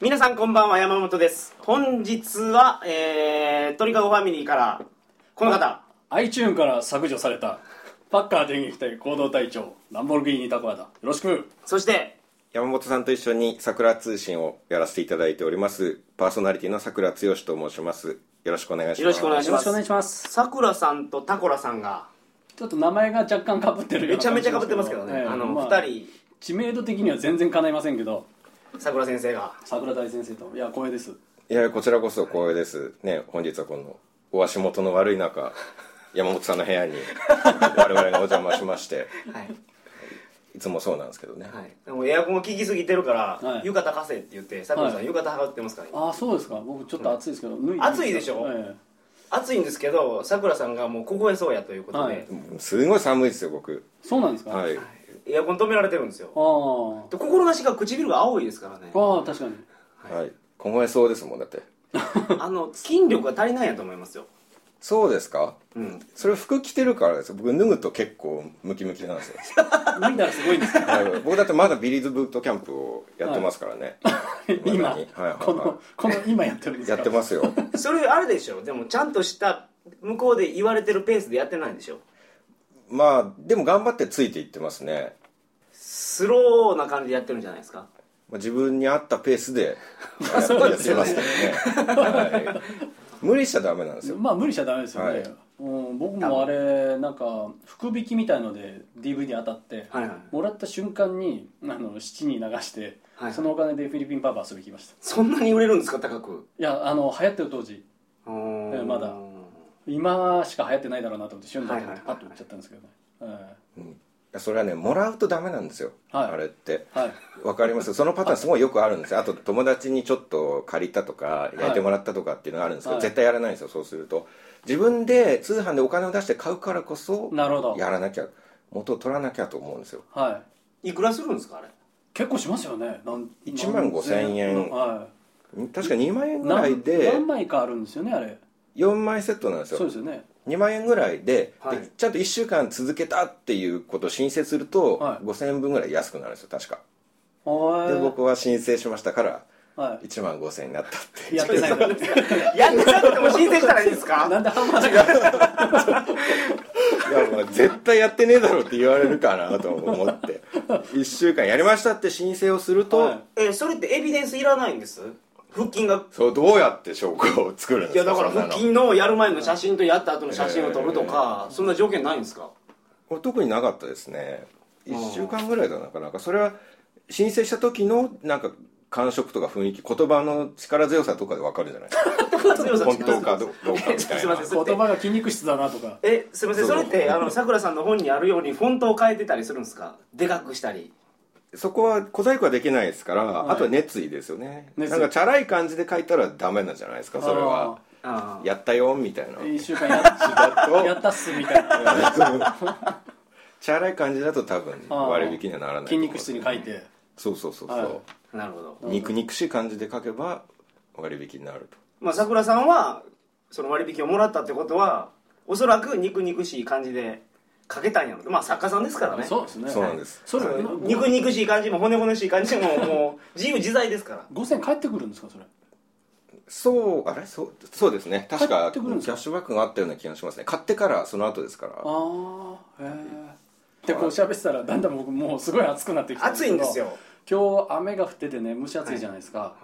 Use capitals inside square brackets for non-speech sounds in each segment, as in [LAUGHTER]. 皆さんこんばんは山本です本日は、えー、鳥かごファミリーからこの方 iTune から削除されたパッカー電撃隊行動隊長ランボルギーニタコアだよろしくそして山本さんと一緒に桜通信をやらせていただいておりますパーソナリティの桜剛と申しますよろしくお願いしますよろしくお願いしよまろすしくお願いしますさくらさんとタコラさんがちょっと名前が若干かぶってるよめうなちゃめちゃ被ってますけどね、ええあの、ま2人知名度的には全然叶いませんけどさくら先生が桜大先生といや光栄ですいやこちらこそ光栄ですね本日はこのお足元の悪い [LAUGHS] 中山本さんの部屋に我々がお邪魔しましてはい、いつもそうなんですけどね、はい、でもエアコンが効きすぎてるから、はい浴衣貸せって言ってさくらさん、はい浴衣羽織ってますから今ああそうですか僕ちょっと暑いですけど、脱い暑いでしょえ暑いんですけどさくらさんがもう凍えそうやということで、はいすごい寒いですよ僕えそうなんですかはあいエアコン止められてるんですよあで心なしか唇が青いですからねああ確かにはい凍えそうですもんだってあの筋力が足りないんやと思いますよそうですかうんそれ服着てるからですよ僕脱ぐと結構ムキムキなん [LAUGHS] ですよ、脱いだらすごいん [LAUGHS] ですよはい僕だってまだビリーズブートキャンプをやってますか [LAUGHS] らね、未今、だにはいはいはいこのこの今やってるんですやかってますよそれあれでしょでもちゃんとした向こうで言われてるペースでやってないんでしょまあでも頑張ってついていってますねスローな感じでやってるんじゃないですかまあ自分に合ったペー [LAUGHS] スでやってそうやでっすてよねますけどね、はい、無理しちゃダメなんですよまあ無理しちゃダメですよね、はいうん、僕もあれなんか福引きみたいので DVD 当たって、はいはいもらった瞬間にあの七に流して、はいはいそのお金でフィリピンパパ遊びに行きましたそんなに売れるんですか高くいやあの流行ってる当時うーんえまだ今しか流行ってないだろうなと思って旬だと思ってはいパはいはいッと売っちゃったんですけどね、えいやそれはねもらうとダメなんですよ、はいあれってえはいわかりますそのパターンすごいよくあるんですよあと友達にちょっと借りたとか焼いてもらったとかっていうのがあるんですけど、はい絶対やらないんですよそうすると自分で通販でお金を出して買うからこそなるほどやらなきゃ元を取らなきゃと思うんですよはいいくらするんですかあれ結構しますよねなん1万5000円は確か2万円いぐらいで何枚かあるんですよねあれ4枚セットなんですよそうですよね2万円ぐらいで,で、はいちゃんと1週間続けたっていうことを申請すると、はい5000円分ぐらい安くなるんですよ確かはで僕は申請しましたからは1万5000円になったっていやってないのにやってなくても申請したらいいんです [LAUGHS] かなんでハンマーが [LAUGHS] いやもう絶対やってねえだろって言われるかなと思って1週間やりましたって申請をすると、はいえそれってエビデンスいらないんです腹筋がそうどうやって証拠を作るんいでやすかだからそんなの腹筋のやる前の写真とやった後の写真を撮るとか、そんな条件ないんですかこれ特になかったですね1週間ぐらいだなかなかそれは申請した時のなんか感触とか雰囲気言葉の力強さとかで分かるじゃないですか本当かどどうかみたいすいなません言葉が筋肉質だなとかえすみませんそそうれってあのさくらさんの本にあるようにフォントを変えてたりするんですかでかくしたりそこは小細工はできないですから、いあとは熱意ですよね熱意なんかチャラい感じで書いたらダメなんじゃないですかそれはああやったよみたいな1 [LAUGHS] 週間やっだやとったっすみたいなチャラい感じだと多分あー割引にはならないと筋思う肉質に書いてそうそうそうそう、はいなるほど肉肉しい感じで書けば割引になるとまあさくらさんはその割引をもらったってことはおそらく肉肉しい感じで書けたんやろまあ作家さんですからねそうですねそうなんですそれはい肉肉しい感じも骨骨しい感じももう自由自在ですから5000返ってくるんですかそれそうあれそうそうですね確買っかてキくるんャですかッシュバックがあったような気がしますね買ってからその後ですからああへえでこう喋ってたらだんだん僕もうすごい暑くなってきて暑いんですよ今日雨が降っててね蒸し暑いじゃないですか、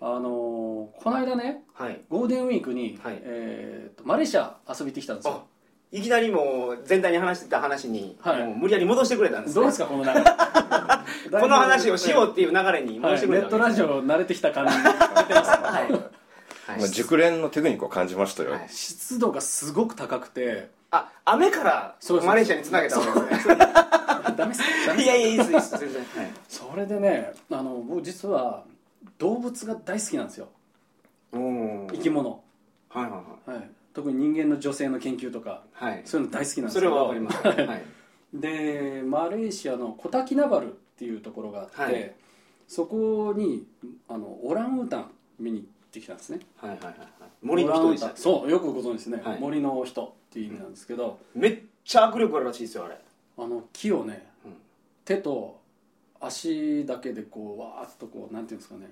あのーこの間ねはい、はい、ゴールデンウィークに、はいえーとマレーシア遊びに行ってきたんですあよいきなりもう全体に話してた話に、はいもう無理やり戻してくれたんですねどうですかこの流れ [LAUGHS] この話をしよううっていう流れには戻してい、くネれッたトわけでラすジオ慣れてきた感じ [LAUGHS] 出てますねはいはいまあ、熟練のテクニックを感じましたよ、はい湿度がすごく高くてあ雨からそうそうマレーシアにつなげたわけですねダメっすダメっすいやいやいいですいいです全然、はいそれでねあの僕実は動物が大好きなんですよおー生き物、はいははい、特に人間の女性の研究とかいはいはいそういうの大好きなんです [LAUGHS] そけれどはわかります、はい、でマレーシアのコタキナバルっていうところがあって、はいそこにあのオランウータン見に行ってきたんですねはいはいはいはい森の人でしオランたウー [LAUGHS] タンそうよくご存知ですね、はい森の人っていう意味なんですけど、めっちゃ握力あるらしいですよあれあの木をね、うん手と足だけでこうわーっとこうなんていうんですかね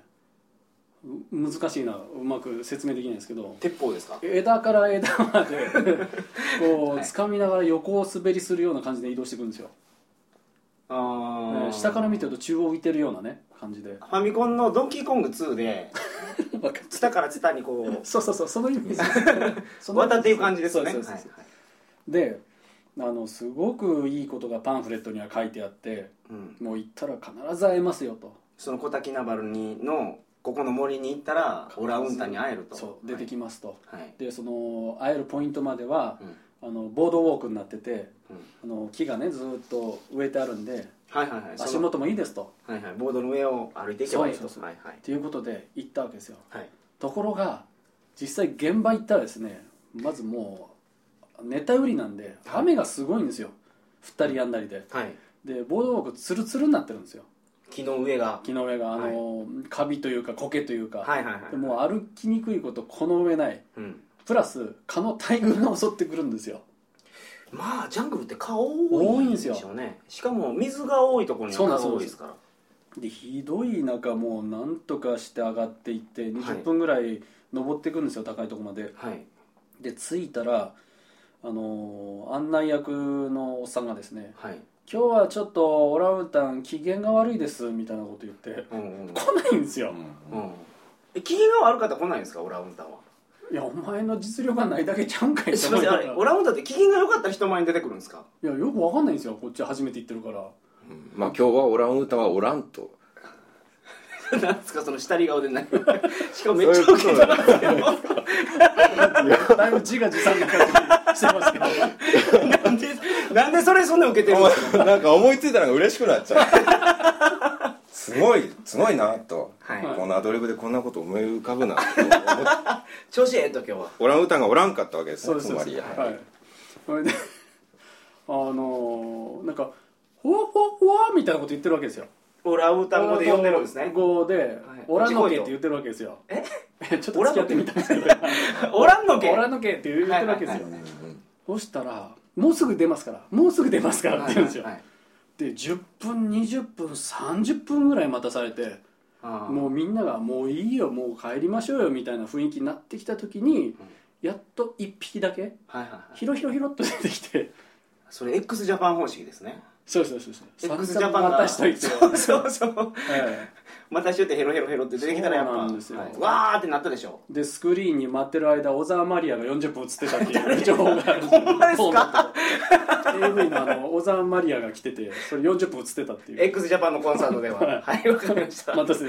う難しいなうまく説明できないんですけど鉄砲ですか枝から枝 [LAUGHS] までこう掴みながら横を滑りするような感じで移動していくんですよ、あえーー下から見てると中央浮いてるようなね感 [LAUGHS] じでファミコンの「ドンキーコング2」で [LAUGHS] わかっツタからツタにこうそうそうそうそのイメージ [LAUGHS] [LAUGHS] そのイメージ渡っていう感じですよねそうそうそうそうであのすごくいいことがパンフレットには書いてあってはいうんもう行ったら必ず会えますよとその小滝ナバルにのここの森に行ったらオラウンタンに会えるとそう出てきますと、はいはいでその会えるポイントまではう、んあのボードウォークになっててうんあの木がねずーっと植えてあるんではいはいはいその足元もいいですとはいはいボードの上を歩いていけばいいそうとそうそうはいはいっていうことで行ったわけですよはいところが実際現場行ったらですねまずもう熱帯雨林なんで雨がすごいんですよ降ったりやんだりではいでボードウォークツルツルになってるんですよ木の上が木の上があの、カビというか苔というか、はいはいはいでもう歩きにくいことこの上ないうんプラス蚊の大群が襲ってくるんですよまあジャングルって顔多いんでしょうねしかも水が多いところにはそうなんです顔多いですからでひどい中もうなんとかして上がっていってはい20分ぐらい登っていくんですよ、高いとこまではいで着いたらあのー案内役のおっさんがですねはい「今日はちょっとオランウータン機嫌が悪いです」みたいなこと言ってうんうんうん来ないんですよ、うんえ機嫌が悪かったら来ないんですかオラウンタンはいやお前の実力がないだけちゃうんかいえすみませんあれオいラウンタンって機嫌が良かったら人前に出てくるんです [LAUGHS] かやよくわかんないんですよこっち初めて行ってるからうんまあ今日はオランウータンはおらんとなんですかその下り顔で [LAUGHS] 何しかもめっちゃウケてますけどだいぶ自画自賛な感じしてますけどなんでなんでそれそんなウケてるんですかなんか思いついたのが嬉しくなっちゃうすごいすごいなと、はいこのアドリブでこんなこと思い浮かぶなと思って調子ええと今日はオランウータンがおらんかったわけですそうねですつそうまでりすははいい [LAUGHS] それであのーなんか「ほわほわほわ」みたいなこと言ってるわけですよオラウータン語で呼んでるんですね語で、オラのけ」って言ってるわけですよえ [LAUGHS] ちょっと付き合ってみたんですけど [LAUGHS] おらんのけオラのけ」って言ってるわけですよ、そしたら「もうすぐ出ますからもうすぐ出ますから」って言うんですよ、はいはいで10分20分30分ぐらい待たされてあーもうみんなが「もういいよもう帰りましょうよ」みたいな雰囲気になってきた時に、やっと1匹だけはいはいはいひろひろひろっと出てきてそれ x ジャパン方式ですねそうそうそうそう x ジ散ャ々パンが渡しといてそうそうそうえまたしといてヘロヘロヘロって出てきたらやっぱそうなんですよはいわーってなったでしょえ [LAUGHS] でスクリーンに待ってる間小沢マリアが40分映ってたっていう情報があるほんまですか AV のあの小沢マリアが来ててそれ40分映ってたって [LAUGHS] いう x ジャパンのコンサートでははいわかりましたまたせ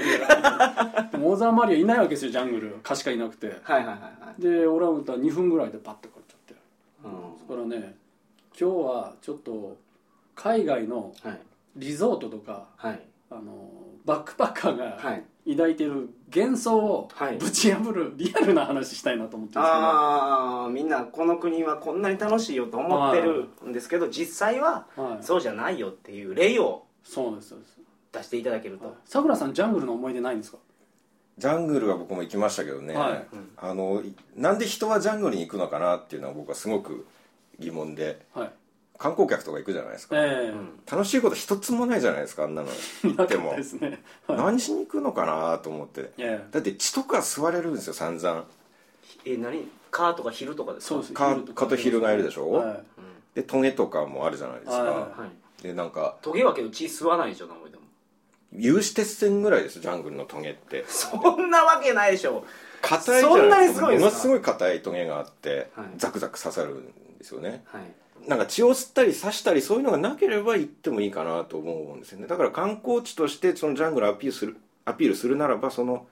でも小沢マリアいないわけですよジャングル蚊しかいなくてはいはいはいはいでオランウータン2分ぐらいでパッとこうやっちゃってうだからね今日はちょっと海外のんはいリゾートとかはいあのバックパッカーがはい抱いてる幻想をはいぶち破るリアルな話したいなと思ってるんですけど、ああみんなこの国はこんなに楽しいよと思ってるんですけど実際ははい、そうじゃないよっていう例をそうですそうです出していただけるとさくらさんジャングルの思い出ないんですかジャングルは僕も行きましたけどね、はいあのいなんで人はジャングルに行くのかなっていうのは僕はすごく疑問ではい観光客とか行くじゃないですか、え楽しいこと一つもないじゃないですかあんなのえ行なってかったもですねはい何しに行くのかなと思ってええだって血とか吸われるんですよ散々え何カーとかヒルとかですかそうですか昼かと昼がいるでしょはいでトゲとかもあるじゃないですか、ははいでなんかトゲはけど血吸わないでしょ何もでも有刺鉄線ぐらいですよジャングルのトゲってそんなわけないでしょ硬いじゃないそんなですかにすごいですかものすごい硬いトゲがあって、はいザクザク刺さるんですよねはいなんか血を吸ったり刺したりそういうのがなければ行ってもいいかなと思うんですよねだから観光地としてそのジャングルをアピールするアピールするならばその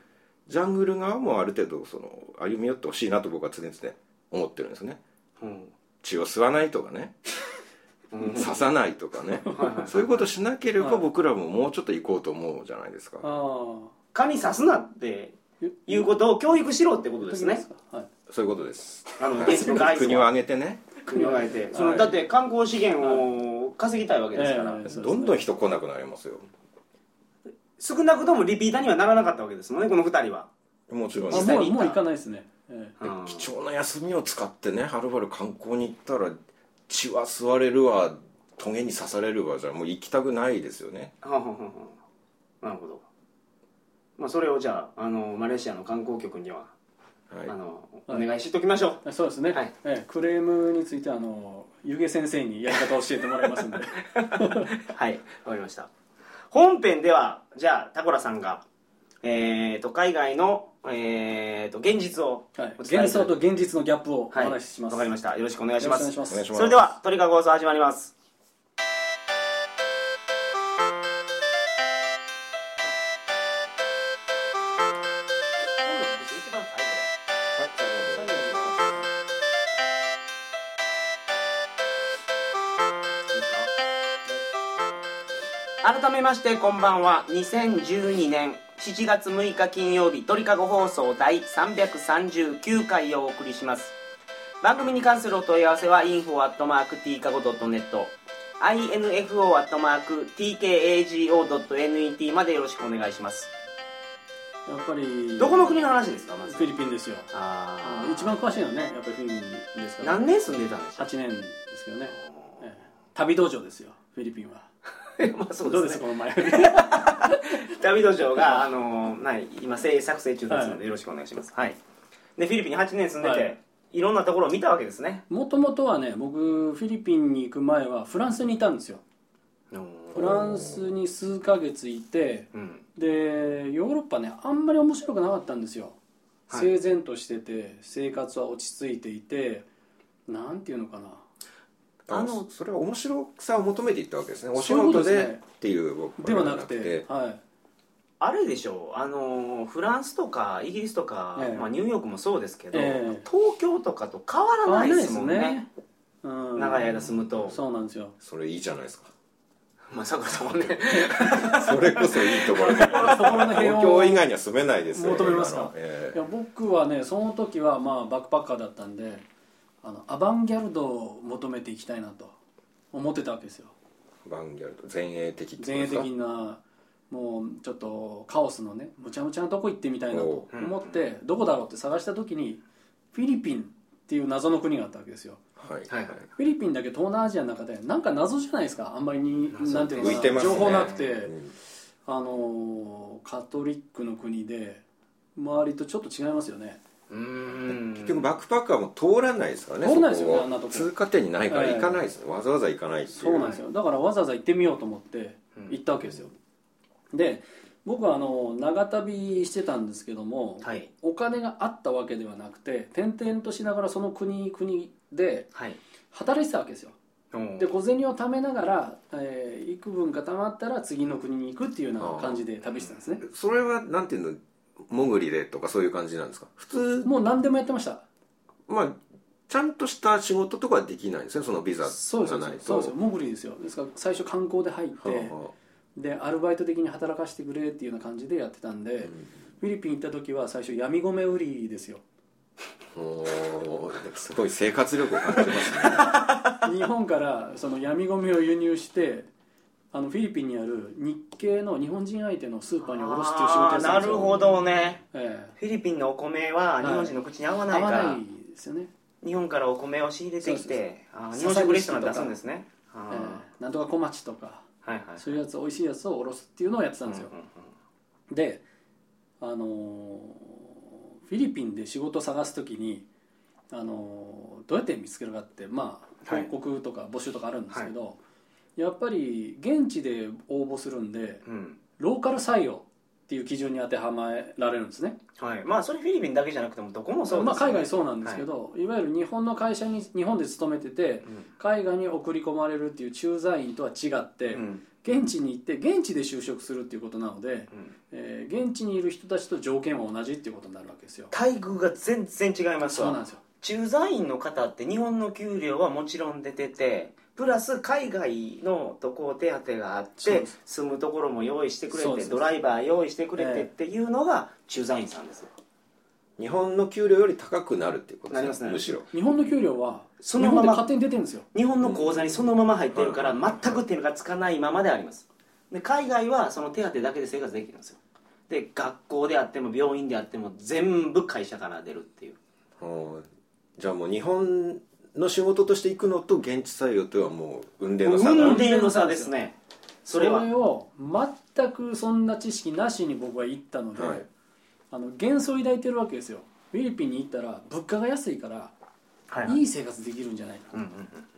ジャングル側もある程度その歩み寄ってほしいなと僕は常々思ってるんですねうん血を吸わないとかねうん刺さないとかね [LAUGHS] そういうことしなければ僕らももうちょっと行こうと思うじゃないですかあ蚊に刺すなってあいうことを教育しろってことですねはいそういうことですあ [LAUGHS] の現地の外国をは挙げてね国を挙げてそはのいだって観光資源を稼ぎたいわけですからええそうですねどんどん人来なくなりますよ少なくともリピーターにはならなかったわけですもんねこの二人はもちろんあです際もうに行ったもう行かないですね、ええうん貴重な休みを使ってねはるばる観光に行ったら血は吸われるわトゲに刺されるわじゃもう行きたくないですよねはんはんはんはんなるほどまあ、それをじゃああのマレーシアの観光局には、はいあのおはい願いしときましょう、そうですね、はいええクレームについてはあの湯気先生にやり方を教えてもら [LAUGHS] いますんではい、 [LAUGHS] わかりました。本編では、じゃあ、タコラさんが、えー、と、海外の、えー、と、現実をお伝はい、え幻す想ると現実のギャップをおはい、話しします、わかりましした。よろしくお願いします。お願いしお願まいしすますそれでは、トリカゴ放送始まります。改めましてこんばんは2012年7月6日金曜日鳥かご放送第339回をお送りします番組に関するお問い合わせは info.tkago.net info.tkago.net までよろしくお願いしますやっぱりどこの国の話ですかまずフィリピンですよあー一番詳しいのはねやっぱりフィリピンですから何年住んでたんでし8年ですけどね、ええ旅道場ですよフィリピンはたまあそうどうでですすかねこの前 [LAUGHS] ダビド城が、あのーない今制作成中ですのはでよろしくお願いしますはいでフィリピンに8年住んでて、はいい、ろんなところを見たわけですねもともとはね僕フィリピンに行く前はフランスにいたんですよフランスに数ヶ月いてうんでヨーロッパねあんまり面白くなかったんですよ、はい整然としてて生活は落ち着いていてなんていうのかなああののそれは面白さを求めていったわけですねお仕そういうこと事ですねでっていう僕ではなくてはいあれでしょうあのーフランスとかイギリスとか、ええまあ、ニューヨークもそうですけど、ええ東京とかと変わらないですもんねうん、長い間住むと、そうなんです [LAUGHS] よそれいいじゃないですかまあさくらさんもね [LAUGHS] それこそいいところで心の平東穏を京以外には住めないですよ求めますか今のえいや僕はねその時はまあバックパッカーだったんであのアバンギャルドを求めていきたいなと思ってたわけですよえバンギャルド前衛的ってこと前衛ですか的なもうちょっとカオスのねむちゃむちゃなとこ行ってみたいなと思ってどこだろうって探した時にフィリピンっていう謎の国があったわけですよはいはいはいフィリピンだけ東南アジアの中でなんか謎じゃないですかあんまりに謎なんていうの浮いかてな、ますね情報なくて、うんあのーカトリックの国で周りとちょっと違いますよねうーん結局バックパックはもう通らないですからね通らないですよねそこをあんなとこ通過点にないから行かないですね、わざわざ行かないっていうそうなんですよだからわざわざ行ってみようと思ってうん行ったわけですよ、で僕はあの長旅してたんですけども、はいお金があったわけではなくて転々としながらその国国ではい働いてたわけですようんで小銭を貯めながら、えー幾分か貯まったら次の国に行くっていうような感じで旅してたんですねそれはなんていうの潜りでとかそういう感じなんですか普通もう何でもやってましたまあちゃんとした仕事とかはできないんですねそのビザそうですがよないとそうですよモグリですよですから最初観光で入って、はあはでアルバイト的に働かせてくれっていうような感じでやってたんで、フィリピン行った時は最初闇米売りです [LAUGHS] よあおーすごい生活力を感じ [LAUGHS] ますね日本からその闇米を輸入してあのフィリピンにある日系の日本人相手のスーパーに卸すっていう仕事やってたあーなんでするよほどねえフィリピンのお米ははい日本人の口に合わえない合かわら、ないですよね、日本からお米を仕入れてきそうそうてあー日本食レストランで出すんですねえあえなんとか小町とかーはいはいそういうやつ美味しいやつを卸すっていうのをやってたんですよ、うんうんであのーフィリピンで仕事を探すときに、あのーどうやって見つけるかってまあはい報告とか募集とかあるんですけど、やっぱり現地で応募するんでうんうんローカル採用っていう基準に当てはまえられるんですねはい、まあそれフィリピンだけじゃなくてもどこもそうですよねまあ、海外そうなんですけど、い、わゆる日本の会社に日本で勤めてて海外に送り込まれるっていう駐在員とは違って、うん現地に行って現地で就職するっていうことなので、うんえー現地にいる人たちと条件は同じっていうことになるわけですよ待遇が全然違いますそうなんわですよ駐在員の方って日本の給料はもちろん出ててプラス海外の渡航手当があっそうてです住むところも用意してくれそうでてすドライバー用意してくれえてえっていうのが駐在員さんですよ日本の給料より高くなるっていうことなりますねむしろ日本の給料はそそののままままで勝手に出てるんですよ日本の口座にそのまま入ってるからうん全く手がつかないままでありますで海外はその手当だけで生活できるんですよで学校であっても病院であっても全部会社から出るっていううんじゃあもう日本の仕事として行くのと現地採用とはもう運転の差があ運る命の差ですねそそれれはを全くそんな知識なしに僕は行ったので、はいあの幻想を抱いてるわけですよフィリピンに行ったら物価が安いからはいいい生活できるんじゃないかうん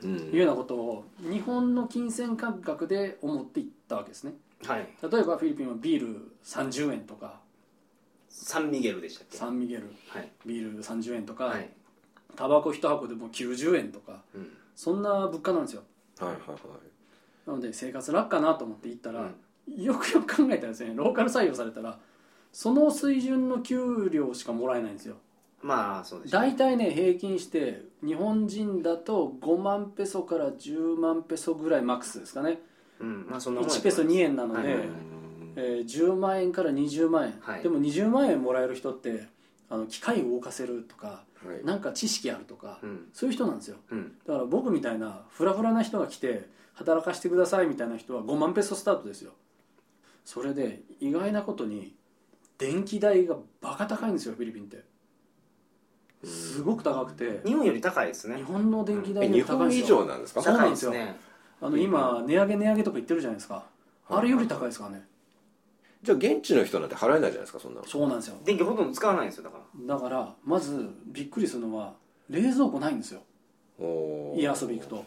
うんうんというようなことを日本の金銭感覚で思っていったわけですねうんはい例えばフィリピンはビール30円とかサンミゲルでしたっけサンミゲルはいビール30円とか、はいタバコ1箱でもう90円とかうんそんな物価なんですよはいはいなので生活楽かなと思って行ったら、うんよくよく考えたらですねローカル採用されたらその水準の給料しかもらえないんですよまあそうでしょう大体ね平均して日本人だと5万ペソから10万ペソぐらいマックスですかねうんまあそんなもんや1とペソ思い2円なので、はいはいえー10万円から20万円、はいでも20万円もらえる人ってあの機械を動かせるとかはいなんか知識あるとか、ますうんそういう人なんですようんだから僕みたいなフラフラな人が来て働かせてくださいみたいな人は5万ペソスタートですよそれで意外なことに電気代がバカ高いんですよフィリピンってすごく高くて日本より高いですね日本の電気代えよ日り高いん本です以よ上なんですかそう高ないでんですすよねあの今値上げ値上げとか言ってるじゃないですかあれより高いですからねじゃあ現地の人なんて払えないじゃないですかそんなのそうなんですよ電気ほとんど使わないんですよだからだからまずびっくりするのは冷蔵庫ないんですよおー家遊び行くと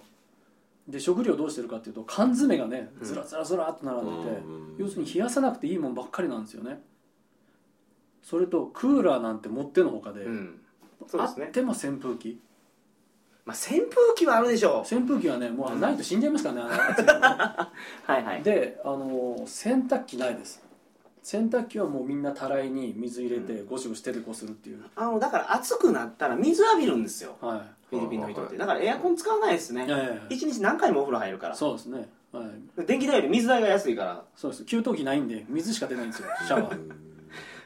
で食料どうしてるかっていうと缶詰がねずらずらずらっと並んでて、うん要するに冷やさなくていいもんばっかりなんですよねそれとクーラーなんて持ってのほかで、うんそうあですっねても扇風機まあ扇風機はあるでしょ扇風機はねもうないと死んじゃいますからね、あ [LAUGHS] の暑いのうはいはであの洗濯機ないです洗濯機はもうみんなたらいに水入れてゴシゴシ手でこするっていう、あのだから暑くなったら水浴びるんですよはいフィリピンの人っはていだからエアコン使わないですいやねいやいや一日何回もお風呂入るからそうですねはい電気代より水代が安いからそうです給湯器ないんで水しか出ないんですよシャワー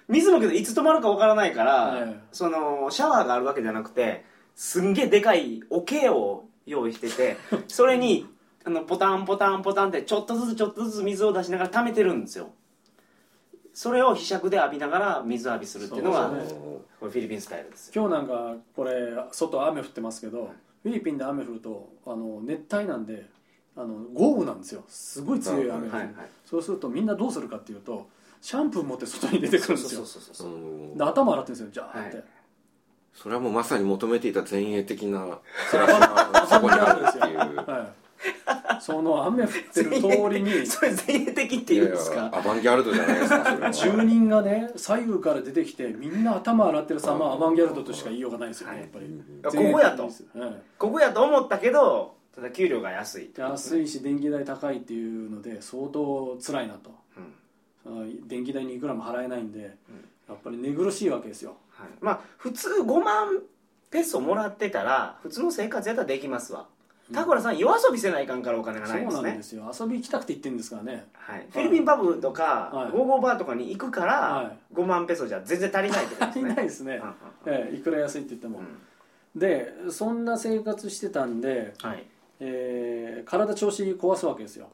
水もけどいつ止まるかわからないから、はいそのシャワーがあるわけじゃなくてすんげえでかい桶を用意して [LAUGHS] てそれにあのポタンポタンポタンってちょっとずつちょっとずつ水を出しながら溜めてるんですよそれをひしゃくで浴びながら水浴びするっていうのがそうですおこれフィリピンスタイルですよ今日なんかこれ外雨降ってますけどフィリピンで雨降るとあの熱帯なんであの豪雨なんですよすごい強い雨が降る、はいはいそうするとみんなどうするかっていうとシャンプー持って外に出てくるんですそようそうそうそーうおでー頭洗ってるんですよジャーって、はいそれはもうまさに求めていた前衛的なそれがそこにあるって [LAUGHS] いはうはい、その雨降ってる通り [LAUGHS] にそれ前衛的っていうんですいやいやかアバンギャルドじゃないですかそれ [LAUGHS] は住人がね左右から出てきてみんな頭洗ってる様はアバンギャルドとしか言いようがないですよねやっぱりここやとはいここやと思ったけどただ給料が安いってことです安ねいし電気代高いっていうので相当辛いなとうんあー電気代にいくらも払えないんで、やっぱり寝苦しいわけですよはい、まあ普通5万ペソもらってたら普通の生活やったらできますわ田倉さん夜遊びせないかんからお金がそなういんですなんねですよ遊び行きたくて行ってるんですからねはい、フィリピンパブとはかいゴーゴーバーとかに行くからは5万ペソじゃ全然足りないってことで足すりなねいですね、ええいくら安いって言っても、うんでそんな生活してたんで、はいえー体調子壊すわけですよ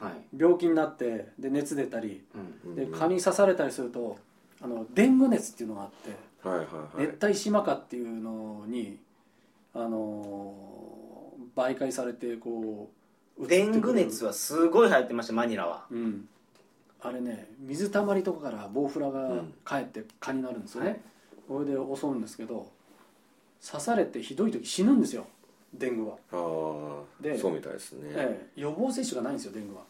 はい病気になってで熱出たりうんうんで蚊に刺されたりするとあのデング熱っていうのがあってはいはいはい熱帯シマカっていうのに、あのー媒介されてこうデング熱は、はすごい流行ってましたマニラはうん、あれね水たまりとかからボウフラが帰って蚊になるんですよね、これで襲うんですけど刺されてひどい時死ぬんですよデングは、ああでそうみたいですね、ええ予防接種がないんですよデングは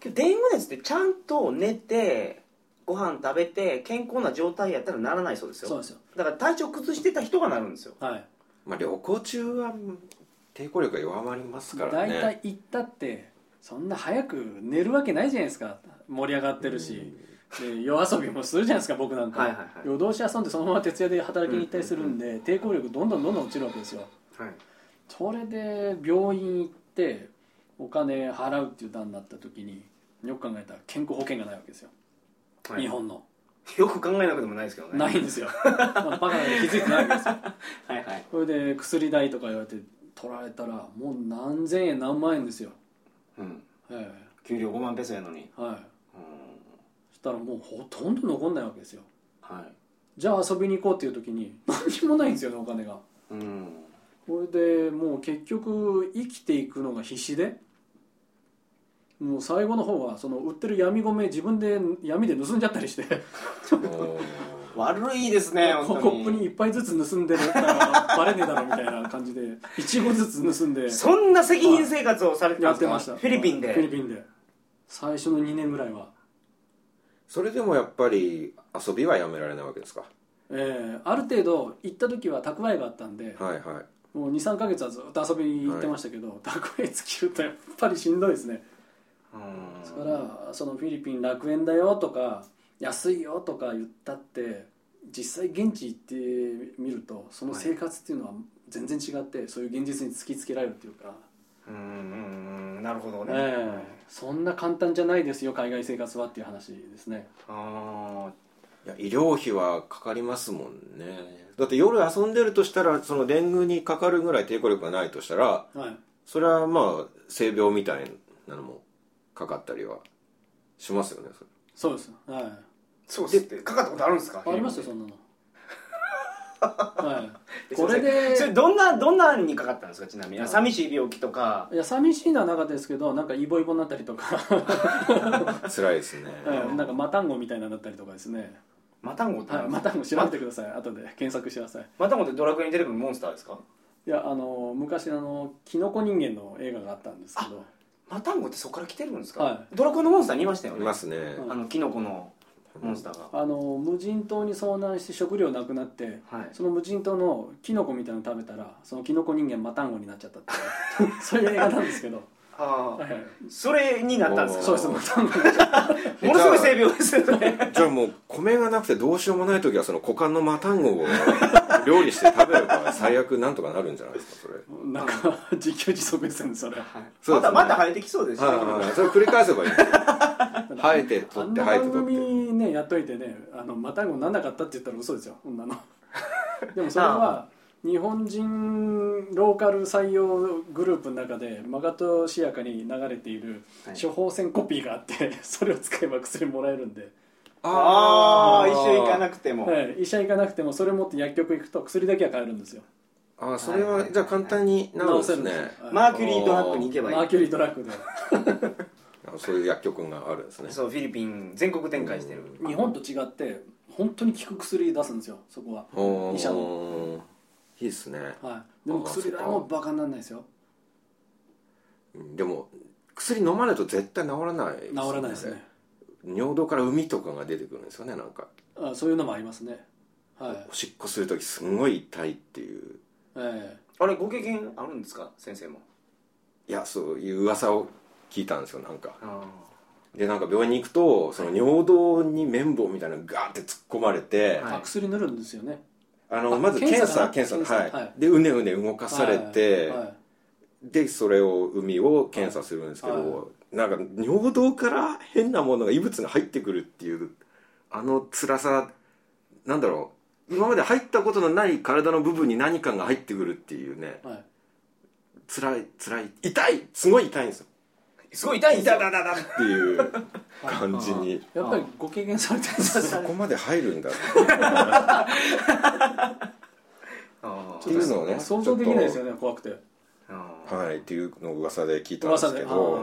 けどデング熱ってちゃんと寝てご飯食べて健康な状態やったらならないそうですそうよなんですよだから体調崩してた人がなるんですよはいまあ旅行中は抵抗力が弱まりますから大ね体行ったってそんな早く寝るわけないじゃないですか盛り上がってるし、で夜遊びもするじゃないですか僕なんかはいはいはい夜通し遊んでそのまま徹夜で働きに行ったりするんで、抵抗力どんどんどんどん落ちるわけですよはいそれで病院行ってお金払うっていう段になった時によく考えたら健康保険がないわけですよ、はい日本のよく考えなくてもないですけどねないんですよまあバカなんで気づいてないわけですよ [LAUGHS] はいはいそれで薬代とか言われて取られたらもう何千円何万円ですようんえ給料5万ペソやのにえはういんそしたらもうほとんど残んないわけですよはいじゃあ遊びに行こうっていう時に何にもないんですよねお金がうんこれでもう結局生きていくのが必死でもう最後の方はその売ってる闇米自分で闇で盗んじゃったりして悪いですねコ本コ当ップにに1杯ずつ盗んでるからバレねえだろみたいな感じで1合ずつ盗んでそんな責任生活をされてたやんでっすてかましたフィリピンでフィリピンで最初の2年ぐらいはそれでもやっぱり遊びはやめられないわけですかえーある程度行った時は蓄えがあったんではいはいもう23か月はずっと遊びに行ってましたけど、蓄え尽きるとやっぱりしんどいですねうんだからそのフィリピン楽園だよとか安いよとか言ったって実際現地行ってみるとその生活っていうのは全然違って、そういう現実に突きつけられるっていうか、うんうんうんなるほどえね、えそんな簡単じゃないですよ海外生活はっていう話ですねあいや医療費はかかりますもんねだって夜遊んでるとしたらそのデングにかかるぐらい抵抗力がないとしたらはいそれはまあ性病みたいなのもかかったりはしますよねそれそうですはーそうですねかかったことあるんですかいありますよそんなのはい [LAUGHS] えこれすいませんそれでどんなどんなにかかったんですかちなみあに寂しい病気とかいや寂しいのはなかったですけどなんかイボイボになったりとか、辛いですねうん [LAUGHS] なんかマタンゴみたいなのだったりとかですねマタンゴっては何い、でますかたも調べてください後で検索してくださいマタンゴってドラクエに出てくるモンスターですかいやあの昔あの「キノコ人間」の映画があったんですけどマタンゴってそこから来てるんですか、はドラクエのモンスターにいましたよいねますねうんあのキノコのモンスターが、あの無人島に遭難して食料なくなってはいその無人島のキノコみたいなの食べたらそのキノコ人間マタンゴになっちゃったっていう [LAUGHS] そういう映画なんですけど、あはいはいあそれになったんですそうかですマタンゴものすごい性病ですよねじゃあもう米がなくてどうしようもない時はその股間のマタンゴを料理して食べれば最悪なんとかなるんじゃないですかそれなんか自給自足ですねそれそ [LAUGHS] まうですたねまた生えてきそうですはいよはいねはいそれ繰り返せばいいんですよ生えてあ取っんてな生番えて取って組ねやっといてねあのマタンゴになんなかったって言ったら嘘ですよ女のでもそれは日本人ローカル採用グループの中でまがとしやかに流れているはい処方箋コピーがあって [LAUGHS] それを使えば薬もらえるんで、ああ一緒行かなくくても、はい医者行かなくてもそれ持って薬局行くと薬だけは買えるんですよああそれはいはいははいじゃあ簡単になるんで治せするんねですよはいマーキュリードラッグに行けばいいマーキュリードラッグであそういう薬局があるんですねそうフィリピン全国展開してる日本と違って本当に効く薬出すんですよそこはおー医者いいですねはいでもああ薬代そもっバカにならないですよでも薬飲まないと絶対治らない治らないですね尿道から膿とかが出てくるんですよねなんかあそういうのもありますねはいおしっこする時すんごい痛いっていうえあれご経験あるんですか先生もいやそういう噂を聞いたんですよなんかあでなんか病院に行くとその尿道に綿棒みたいなのガーって突っ込まれて、えはいあ薬塗るんですよねあのあまず検検査査だ検査検査はい、はいでうねうね動かされて、はいはいでそれを海を検査するんですけど、はなんか尿道から変なものが異物が入ってくるっていうあの辛さなんだろう今まで入ったことのない体の部分に何かが入ってくるっていうねはい辛い辛い痛いすごい痛いんですよーすごい痛いんです痛よだだだだっ [LAUGHS] ていう感じにやっぱりご経験されてるんですそねこまで入るんだっあていうのをね想像できないですちょよね怖くてあっとはいっていうのを噂で聞いたんで噂すけでああどは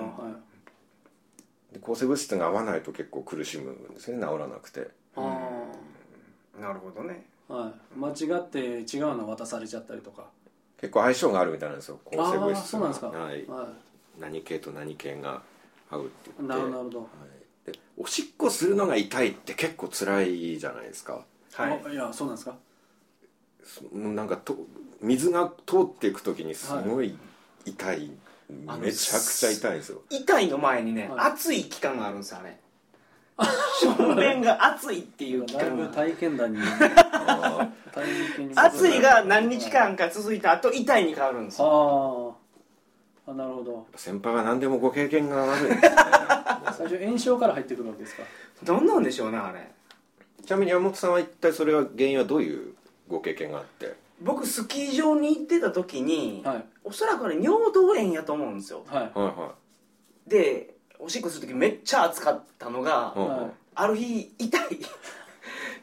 いで抗生物質が合わないと結構苦しむんですよね治らなくてあなるほどねあはい間違って違うの渡されちゃったりとか結構相性があるみたいなんですよ抗あ生物あ質そうなんですかがはいは何系と何系が合うってい言っなてるほどなるほどはいでおしっこするのが痛いって結構辛いじゃないですかはいあいやそうなんですかそもうなんかと水が通っていく時にすごい痛い、のめちゃくちゃ痛いんですよ痛いの前にね、はい熱い期間があるんですよあ [LAUGHS] れ正面が熱いっていう期だいぶ間 [LAUGHS] が体験 [LAUGHS] 談にあ体験に熱いが何日間か続いた後痛いに変わるんですあよああなるほどー先輩は何でもご経験がある [LAUGHS] んですね最初炎症から入ってくるわけですかどんなんでしょうねあれちなみに山本さんは一体それは原因はどういうご経験があって僕スキー場に行ってた時に、はいおそらくあれ尿道炎やと思うんですよはいはいはでおしっこする時めっちゃ暑かったのが、い、うんはいある日痛い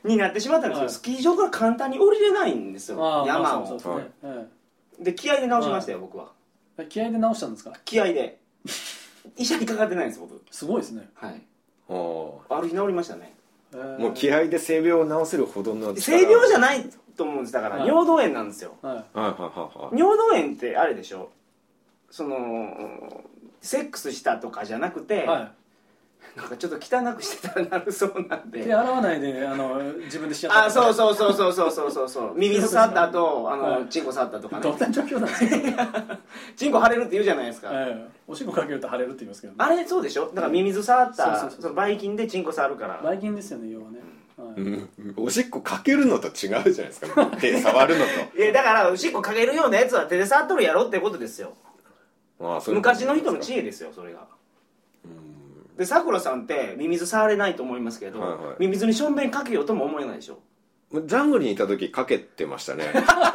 になってしまったんですよ、はいスキー場から簡単に降りれないんですよああまあ山をそうそうですねええで気合で直しましたよ、僕は気合で直したんですか気合で医者にかかってないんです僕すごいですね、はいああもある日治りましたねえーう気合で性病を治せるほどの性病じゃないないと思うんですだからはい尿道炎なんですよははいはいはいはい尿道炎ってあれでしょそのセックスしたとかじゃなくて、い、はなんかちょっと汚くしてたらなるそうなんい、で手洗わないであの自分でしちゃったあそうそうそうそうそうそうそう [LAUGHS] そう耳触った後あの、はいチンコ触ったとか [LAUGHS] どんねな状 [LAUGHS] 況なんですか、チンコ腫れるって言うじゃないですか、ええおしっこかけると腫れるって言いますけど、ね、あれそうでしょだからミミズ触ったそうそうそうそのばい菌でチンコ触るからばい菌ですよね要はね、はいうんおしっこかけるのと違うじゃないで [LAUGHS] すか手触るのといやだからおしっこかけるようなやつは手で触っとるやろってことですよああそういうこと昔の人の知恵ですよそれがうんでさくらさんってミミズ触れないと思いますけど、はいはいミミズにしょんべんかけようとも思えないでしょジャングルにいた時かけてましたね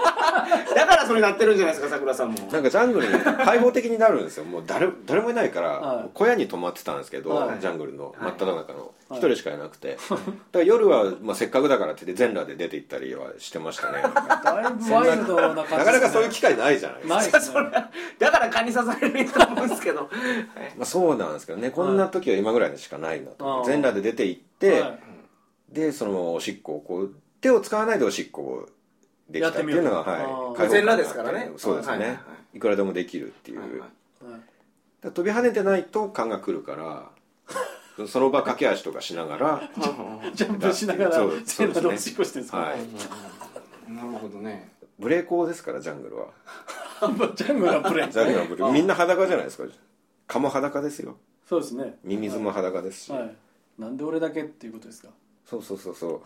だからそれなってるんじゃないですかさくらさんもなんかジャングルに開放的になるんですよもう誰誰もいないから、はい小屋に泊まってたんですけど、はいジャングルのい真っ只中の一、い人しかいな [LAUGHS] くて、だから夜は、まあ、せっかくだからって言って全裸で出て行ったりはしてまし [LAUGHS] たねなだいぶワイルドな感じですね、かなかそういう機会ないじゃないです [LAUGHS] か、ないですねだから蚊に刺されると思うんですけどまあ、そうなんですけどねこんな時は今ぐらいにしかないなと、はい全裸で出て行って、はいでそのままおしっこをこう手を使わないでおしっこをできたっていうのがやってみようはあーい解放感があって全裸ですからねそうですね、はいいはいはくらでもできるっていう、はいはいはいだから飛び跳ねてないと勘が来るから [LAUGHS] その場駆け足とかしな [LAUGHS] がらジャンプしながらそう全裸でおしっこしてるんですか、はいなるほどねブレーコーですからジャングルはジャングルはプレイジャングルはブレーみんな裸じゃないですか蚊も裸ですよそうですねミミズも裸ですし、はい、なんで俺だけっていうことですかそうそうそうそ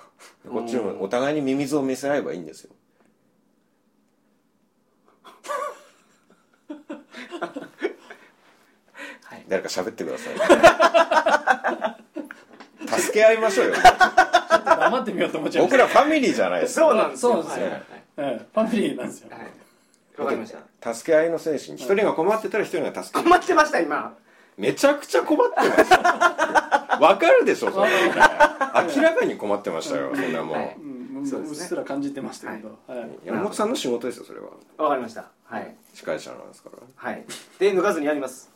うこっちもお互いにミミズを見せ合えばいいんですよはい誰か喋ってくださ [LAUGHS] い助け合いましょうよ黙ってみようと思っちゃいまし僕たらファミリーじゃないですそうなんですよそうですねはいはいええファミリーなん [LAUGHS] ですよはいはいわかりましたか助け合いの精神一人が困ってたら一人が助ける困ってました今めちゃくちゃ困ってま [LAUGHS] したよわかるでしょそれ明らかに困ってましたよそんなもん、はいうん、うそうですっねすら感じてましたけど、はい山本さんの仕事ですよそれはわかりましたはい司会者なんですからはいで抜かずにやります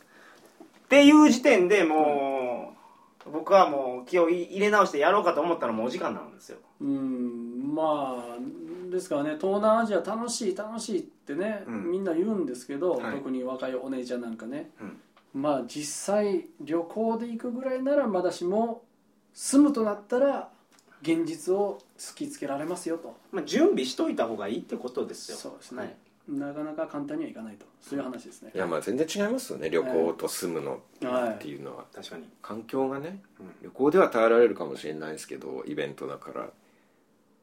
っていう時点でもう、僕はもう気を入れ直してやろうかと思ったらもうお時間なんですようんまあですからね東南アジア楽しい楽しいってね、うんみんな言うんですけど、はい特に若いお姉ちゃんなんかね、うんまあ実際旅行で行くぐらいならまだしも住むとなったら現実を突きつけられますよとまあ、準備しといた方がいいってことですよそうですね、はいなかなか簡単にはいかないとそういう話ですねいやまあ全然違いますよね旅行と住むのっていうのは、確かに環境がねうん旅行では耐えられるかもしれないですけどイベントだから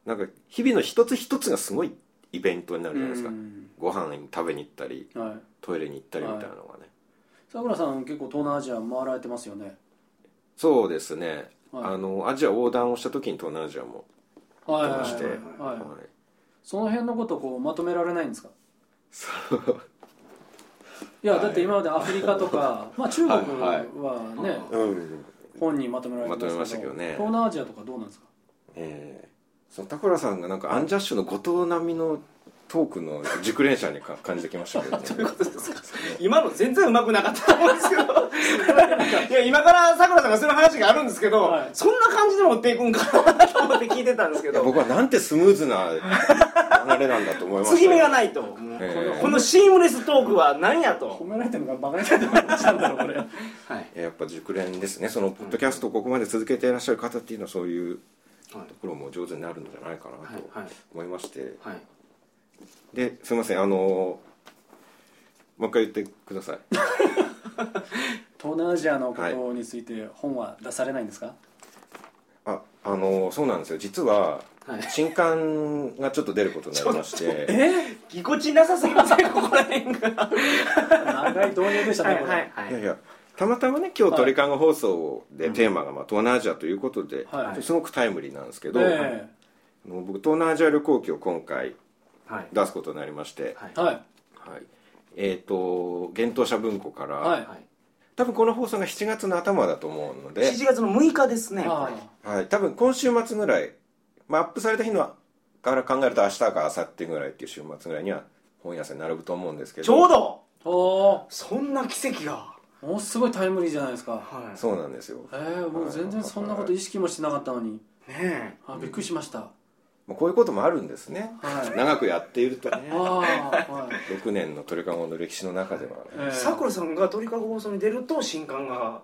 なんか日々の一つ一つがすごいイベントになるじゃないですか、うんご飯食べに行ったりはいトイレに行ったりみたいなのがね、さくらさん結構東南アジア回られてますよねそうですね、はいあのアジア横断をした時に東南アジアもはいは行きいまして、はいはいその辺のことこうまとめられないんですかそういやはいだって今までアフリカとかまあ中国はいはねうん本にまとめられてまとめまましすたけけどどね東南アジアとかどうなんですか [LAUGHS] えー、その田倉さんがなんかアンジャッシュの後藤並みのトークの熟練者にか感じてきましたけ [LAUGHS] ど、ね、今の全然うまくなかったと思うんですけどいや今からさくらさんがその話があるんですけど、はいそんな感じで持っていくんかなと思って聞いてたんですけいやど僕はなんてスムーズな流れなんだと思いました継ぎ目がいないと、ええこのシームレストークは何や褒と、められてるのかバカにされてるのかどっちなんだろうこれはいややっぱ熟練ですねそのポッドキャストをここまで続けていらっしゃる方っていうのはそういうはいところも上手になるんじゃないかなとはいはい思いまして、はい、ですいませんあのーもう一回言ってください東南アジアのことについて本は出されないんですかああのーそうなんですよ実ははい新刊がちょっと出ることになりまして、えぎこちなさすぎませんここら辺が長い導入でしたねこれいやいやたまたまね今日はい鳥かご放送でテーマが、まあ、東南アジアということで、はいすごくタイムリーなんですけど、えあの僕東南アジア旅行記を今回はい出すことになりまして、はいえはいはいえっ、と「厳冬者文庫」から、はい多分この放送が7月の頭だと思うので、 7月の6日ですねあはい、多分今週末ぐらい、まあ、アップされた日のから考えると明日か明後日ぐらいっていう週末ぐらいには本屋さんに並ぶと思うんですけどちょうどあおそんな奇跡がーもうすごいタイムリーじゃないですかはいそうなんですよ、えー、もう全然そんなこと意識もしてなかったのにねあびっくりしましたはまあ、こういうこともあるんですねいあ長くやっているとねあはい6年のトリカゴの歴史の中では、ええーさくらさんが鳥かご放送に出ると新刊が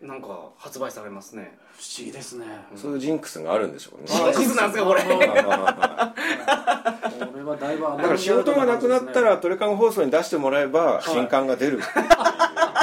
なんか発売されますね不思議ですねそういうジンクスがあるんでしょうね、ジンクスなんですかこれはいまあまあまあこれはだいぶだだから仕事がなくなったらトレカン放送に出してもらえば新刊が出る、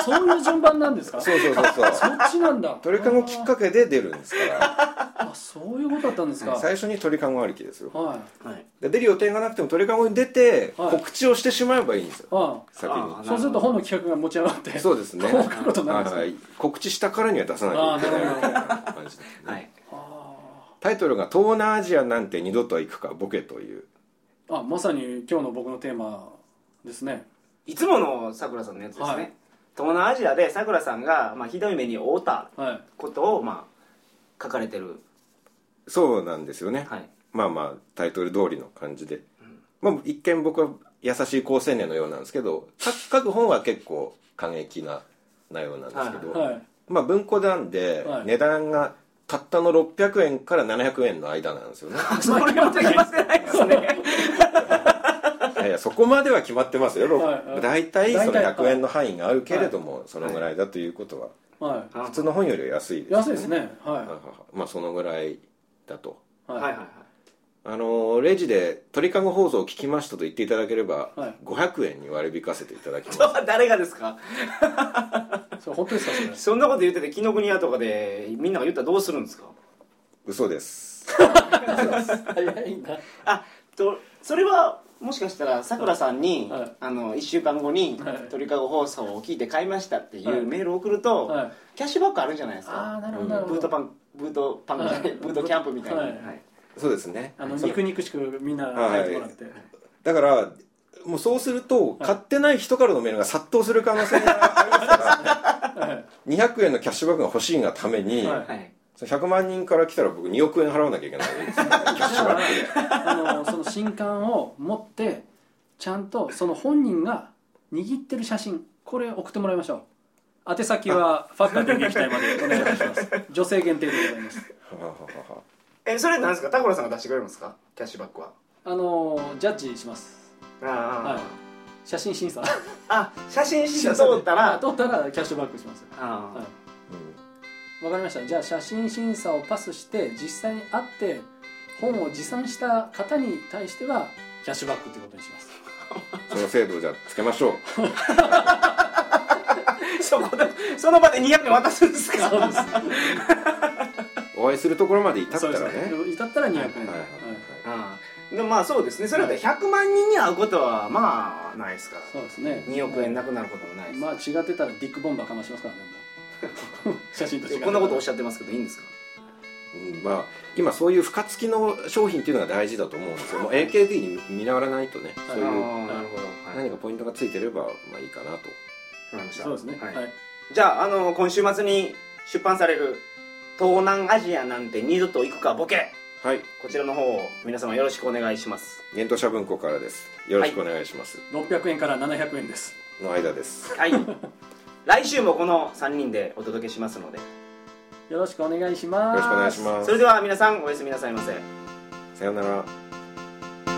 そういう順番なんですかそうそうそうそそう [LAUGHS] っちなんだトレカンをきっかけで出るんですかあそういうことだったんですから最初にトレカンありきですよはいはいで出る予定がなくてもトレカンに出てはい告知をしてしまえばいいんですよは先あいにそうすると本の企画が持ち上がってそうですねこう来ることになるんですねはい告知したからには出さなきゃいけないみたいな感じですねはいあタイトルが「東南アジアなんて二度とは行くかボケ」というーあまさに今日の僕のテーマですねいつものさくらさんのやつですね、はい東南アジアでさくらさんが、まあ、ひどい目に遭うたはいことを、まあ、書かれてるそうなんですよね、はいまあまあタイトル通りの感じで、まあ、一見僕は優しい好青年のようなんですけど書書く本は結構過激な内容なんですけど、はいまあ、文庫なんではい値段がたったの600円から700円の間なん [LAUGHS] ですよね [LAUGHS] それは決まってないですねいやいやそこまでは決まってますよ、はいはい大体その大体100円の範囲があるけれども、そのぐらいだということははあ普通の本よりは安いですい安いですねはいはははまあそのぐらいだとはいはいはいあのレジで「鳥かご放送を聞きました」と言っていただければ、はい500円に割り引かせていただきま [LAUGHS] すそれは [LAUGHS] 誰がですかそれ本当ですかそれそんなこと言ってて紀ノ国屋とかでみんなが言ったらどうするんですか嘘です早いなあとそれはもしかしたらさくらさんに、はいあの1週間後にはい鳥かご放送を聞いて買いましたっていはいうメールを送ると、はいキャッシュバックあるんじゃないですあかあなるほどなるブほートどパンブートパン、はいブートキャンプみたいな、はいはいそうですねあのその肉肉しくみんな入ってもらってだからもうそうすると、買ってない人からのメールが殺到する可能性がありますからはい200円のキャッシュバックが欲しいがために、はいはいその100万人から来たら僕2億円払わなきゃいけないですよキャッシュバック [LAUGHS] であのその新刊を持ってちゃんとその本人が握ってる写真これ送ってもらいましょう宛先はファッカー撃隊までお願いいたします女性限定でございますははははえそれなんですかタコラさんが出してくれるんですかキャッシュバックはあのジャッジしますああ、はい写真審査あ写真審査通ったら通ったらキャッシュバックしますあはうんいわかりましたじゃあ写真審査をパスして実際に会って本を持参した方に対してはキャッシュバックということにしますその制度をじゃあつけましょうーそこでその場で200円渡すんですかそう [LAUGHS] ですお会いするところまで至ったそうらでねすね至ったら200円はいはいはいはいああでもまあそうですねそれで100万人に会うことはまあないですからそうですね2億円なくなることもないです、まあ違ってたらディック・ボンバーかましますからねもう [LAUGHS] 写真と違ってこんなことおっしゃゃってますけどいいんですかうんまあ、今そういう付加付きの商品っていうのが大事だと思うんですよもう AKB に見習わないとねそういあうーなるほど、はい、何かポイントがついてればまあいいかなとりましたそうですねはいはいじゃああの今週末に出版される「東南アジアなんて二度と行くかボケはい」こちらの方を皆様よろしくお願いします幻冬舎文庫からですよろしくお願いします、 600円から700円ですの間です [LAUGHS] はい来週もこの3人でお届けしますのでよろしくお願いしますよろしくお願いしますそれでは皆さんおやすみなさいませさようなら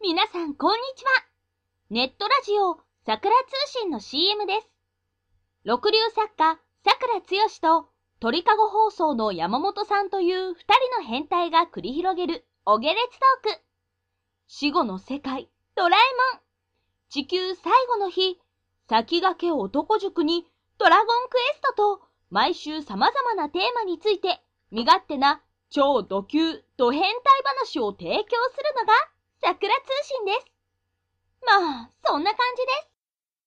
皆さん、こんにちは。ネットラジオ、桜通信の CM です。六流作家、桜つよしと、鳥かご放送の山本さんという二人の変態が繰り広げる、お下列トーク。死後の世界、ドラえもん。地球最後の日、先駆け男塾に、ドラゴンクエストと、毎週様々なテーマについて、身勝手な、超ド級、ド変態話を提供するのが、桜通信です。まあ、そんな感じです。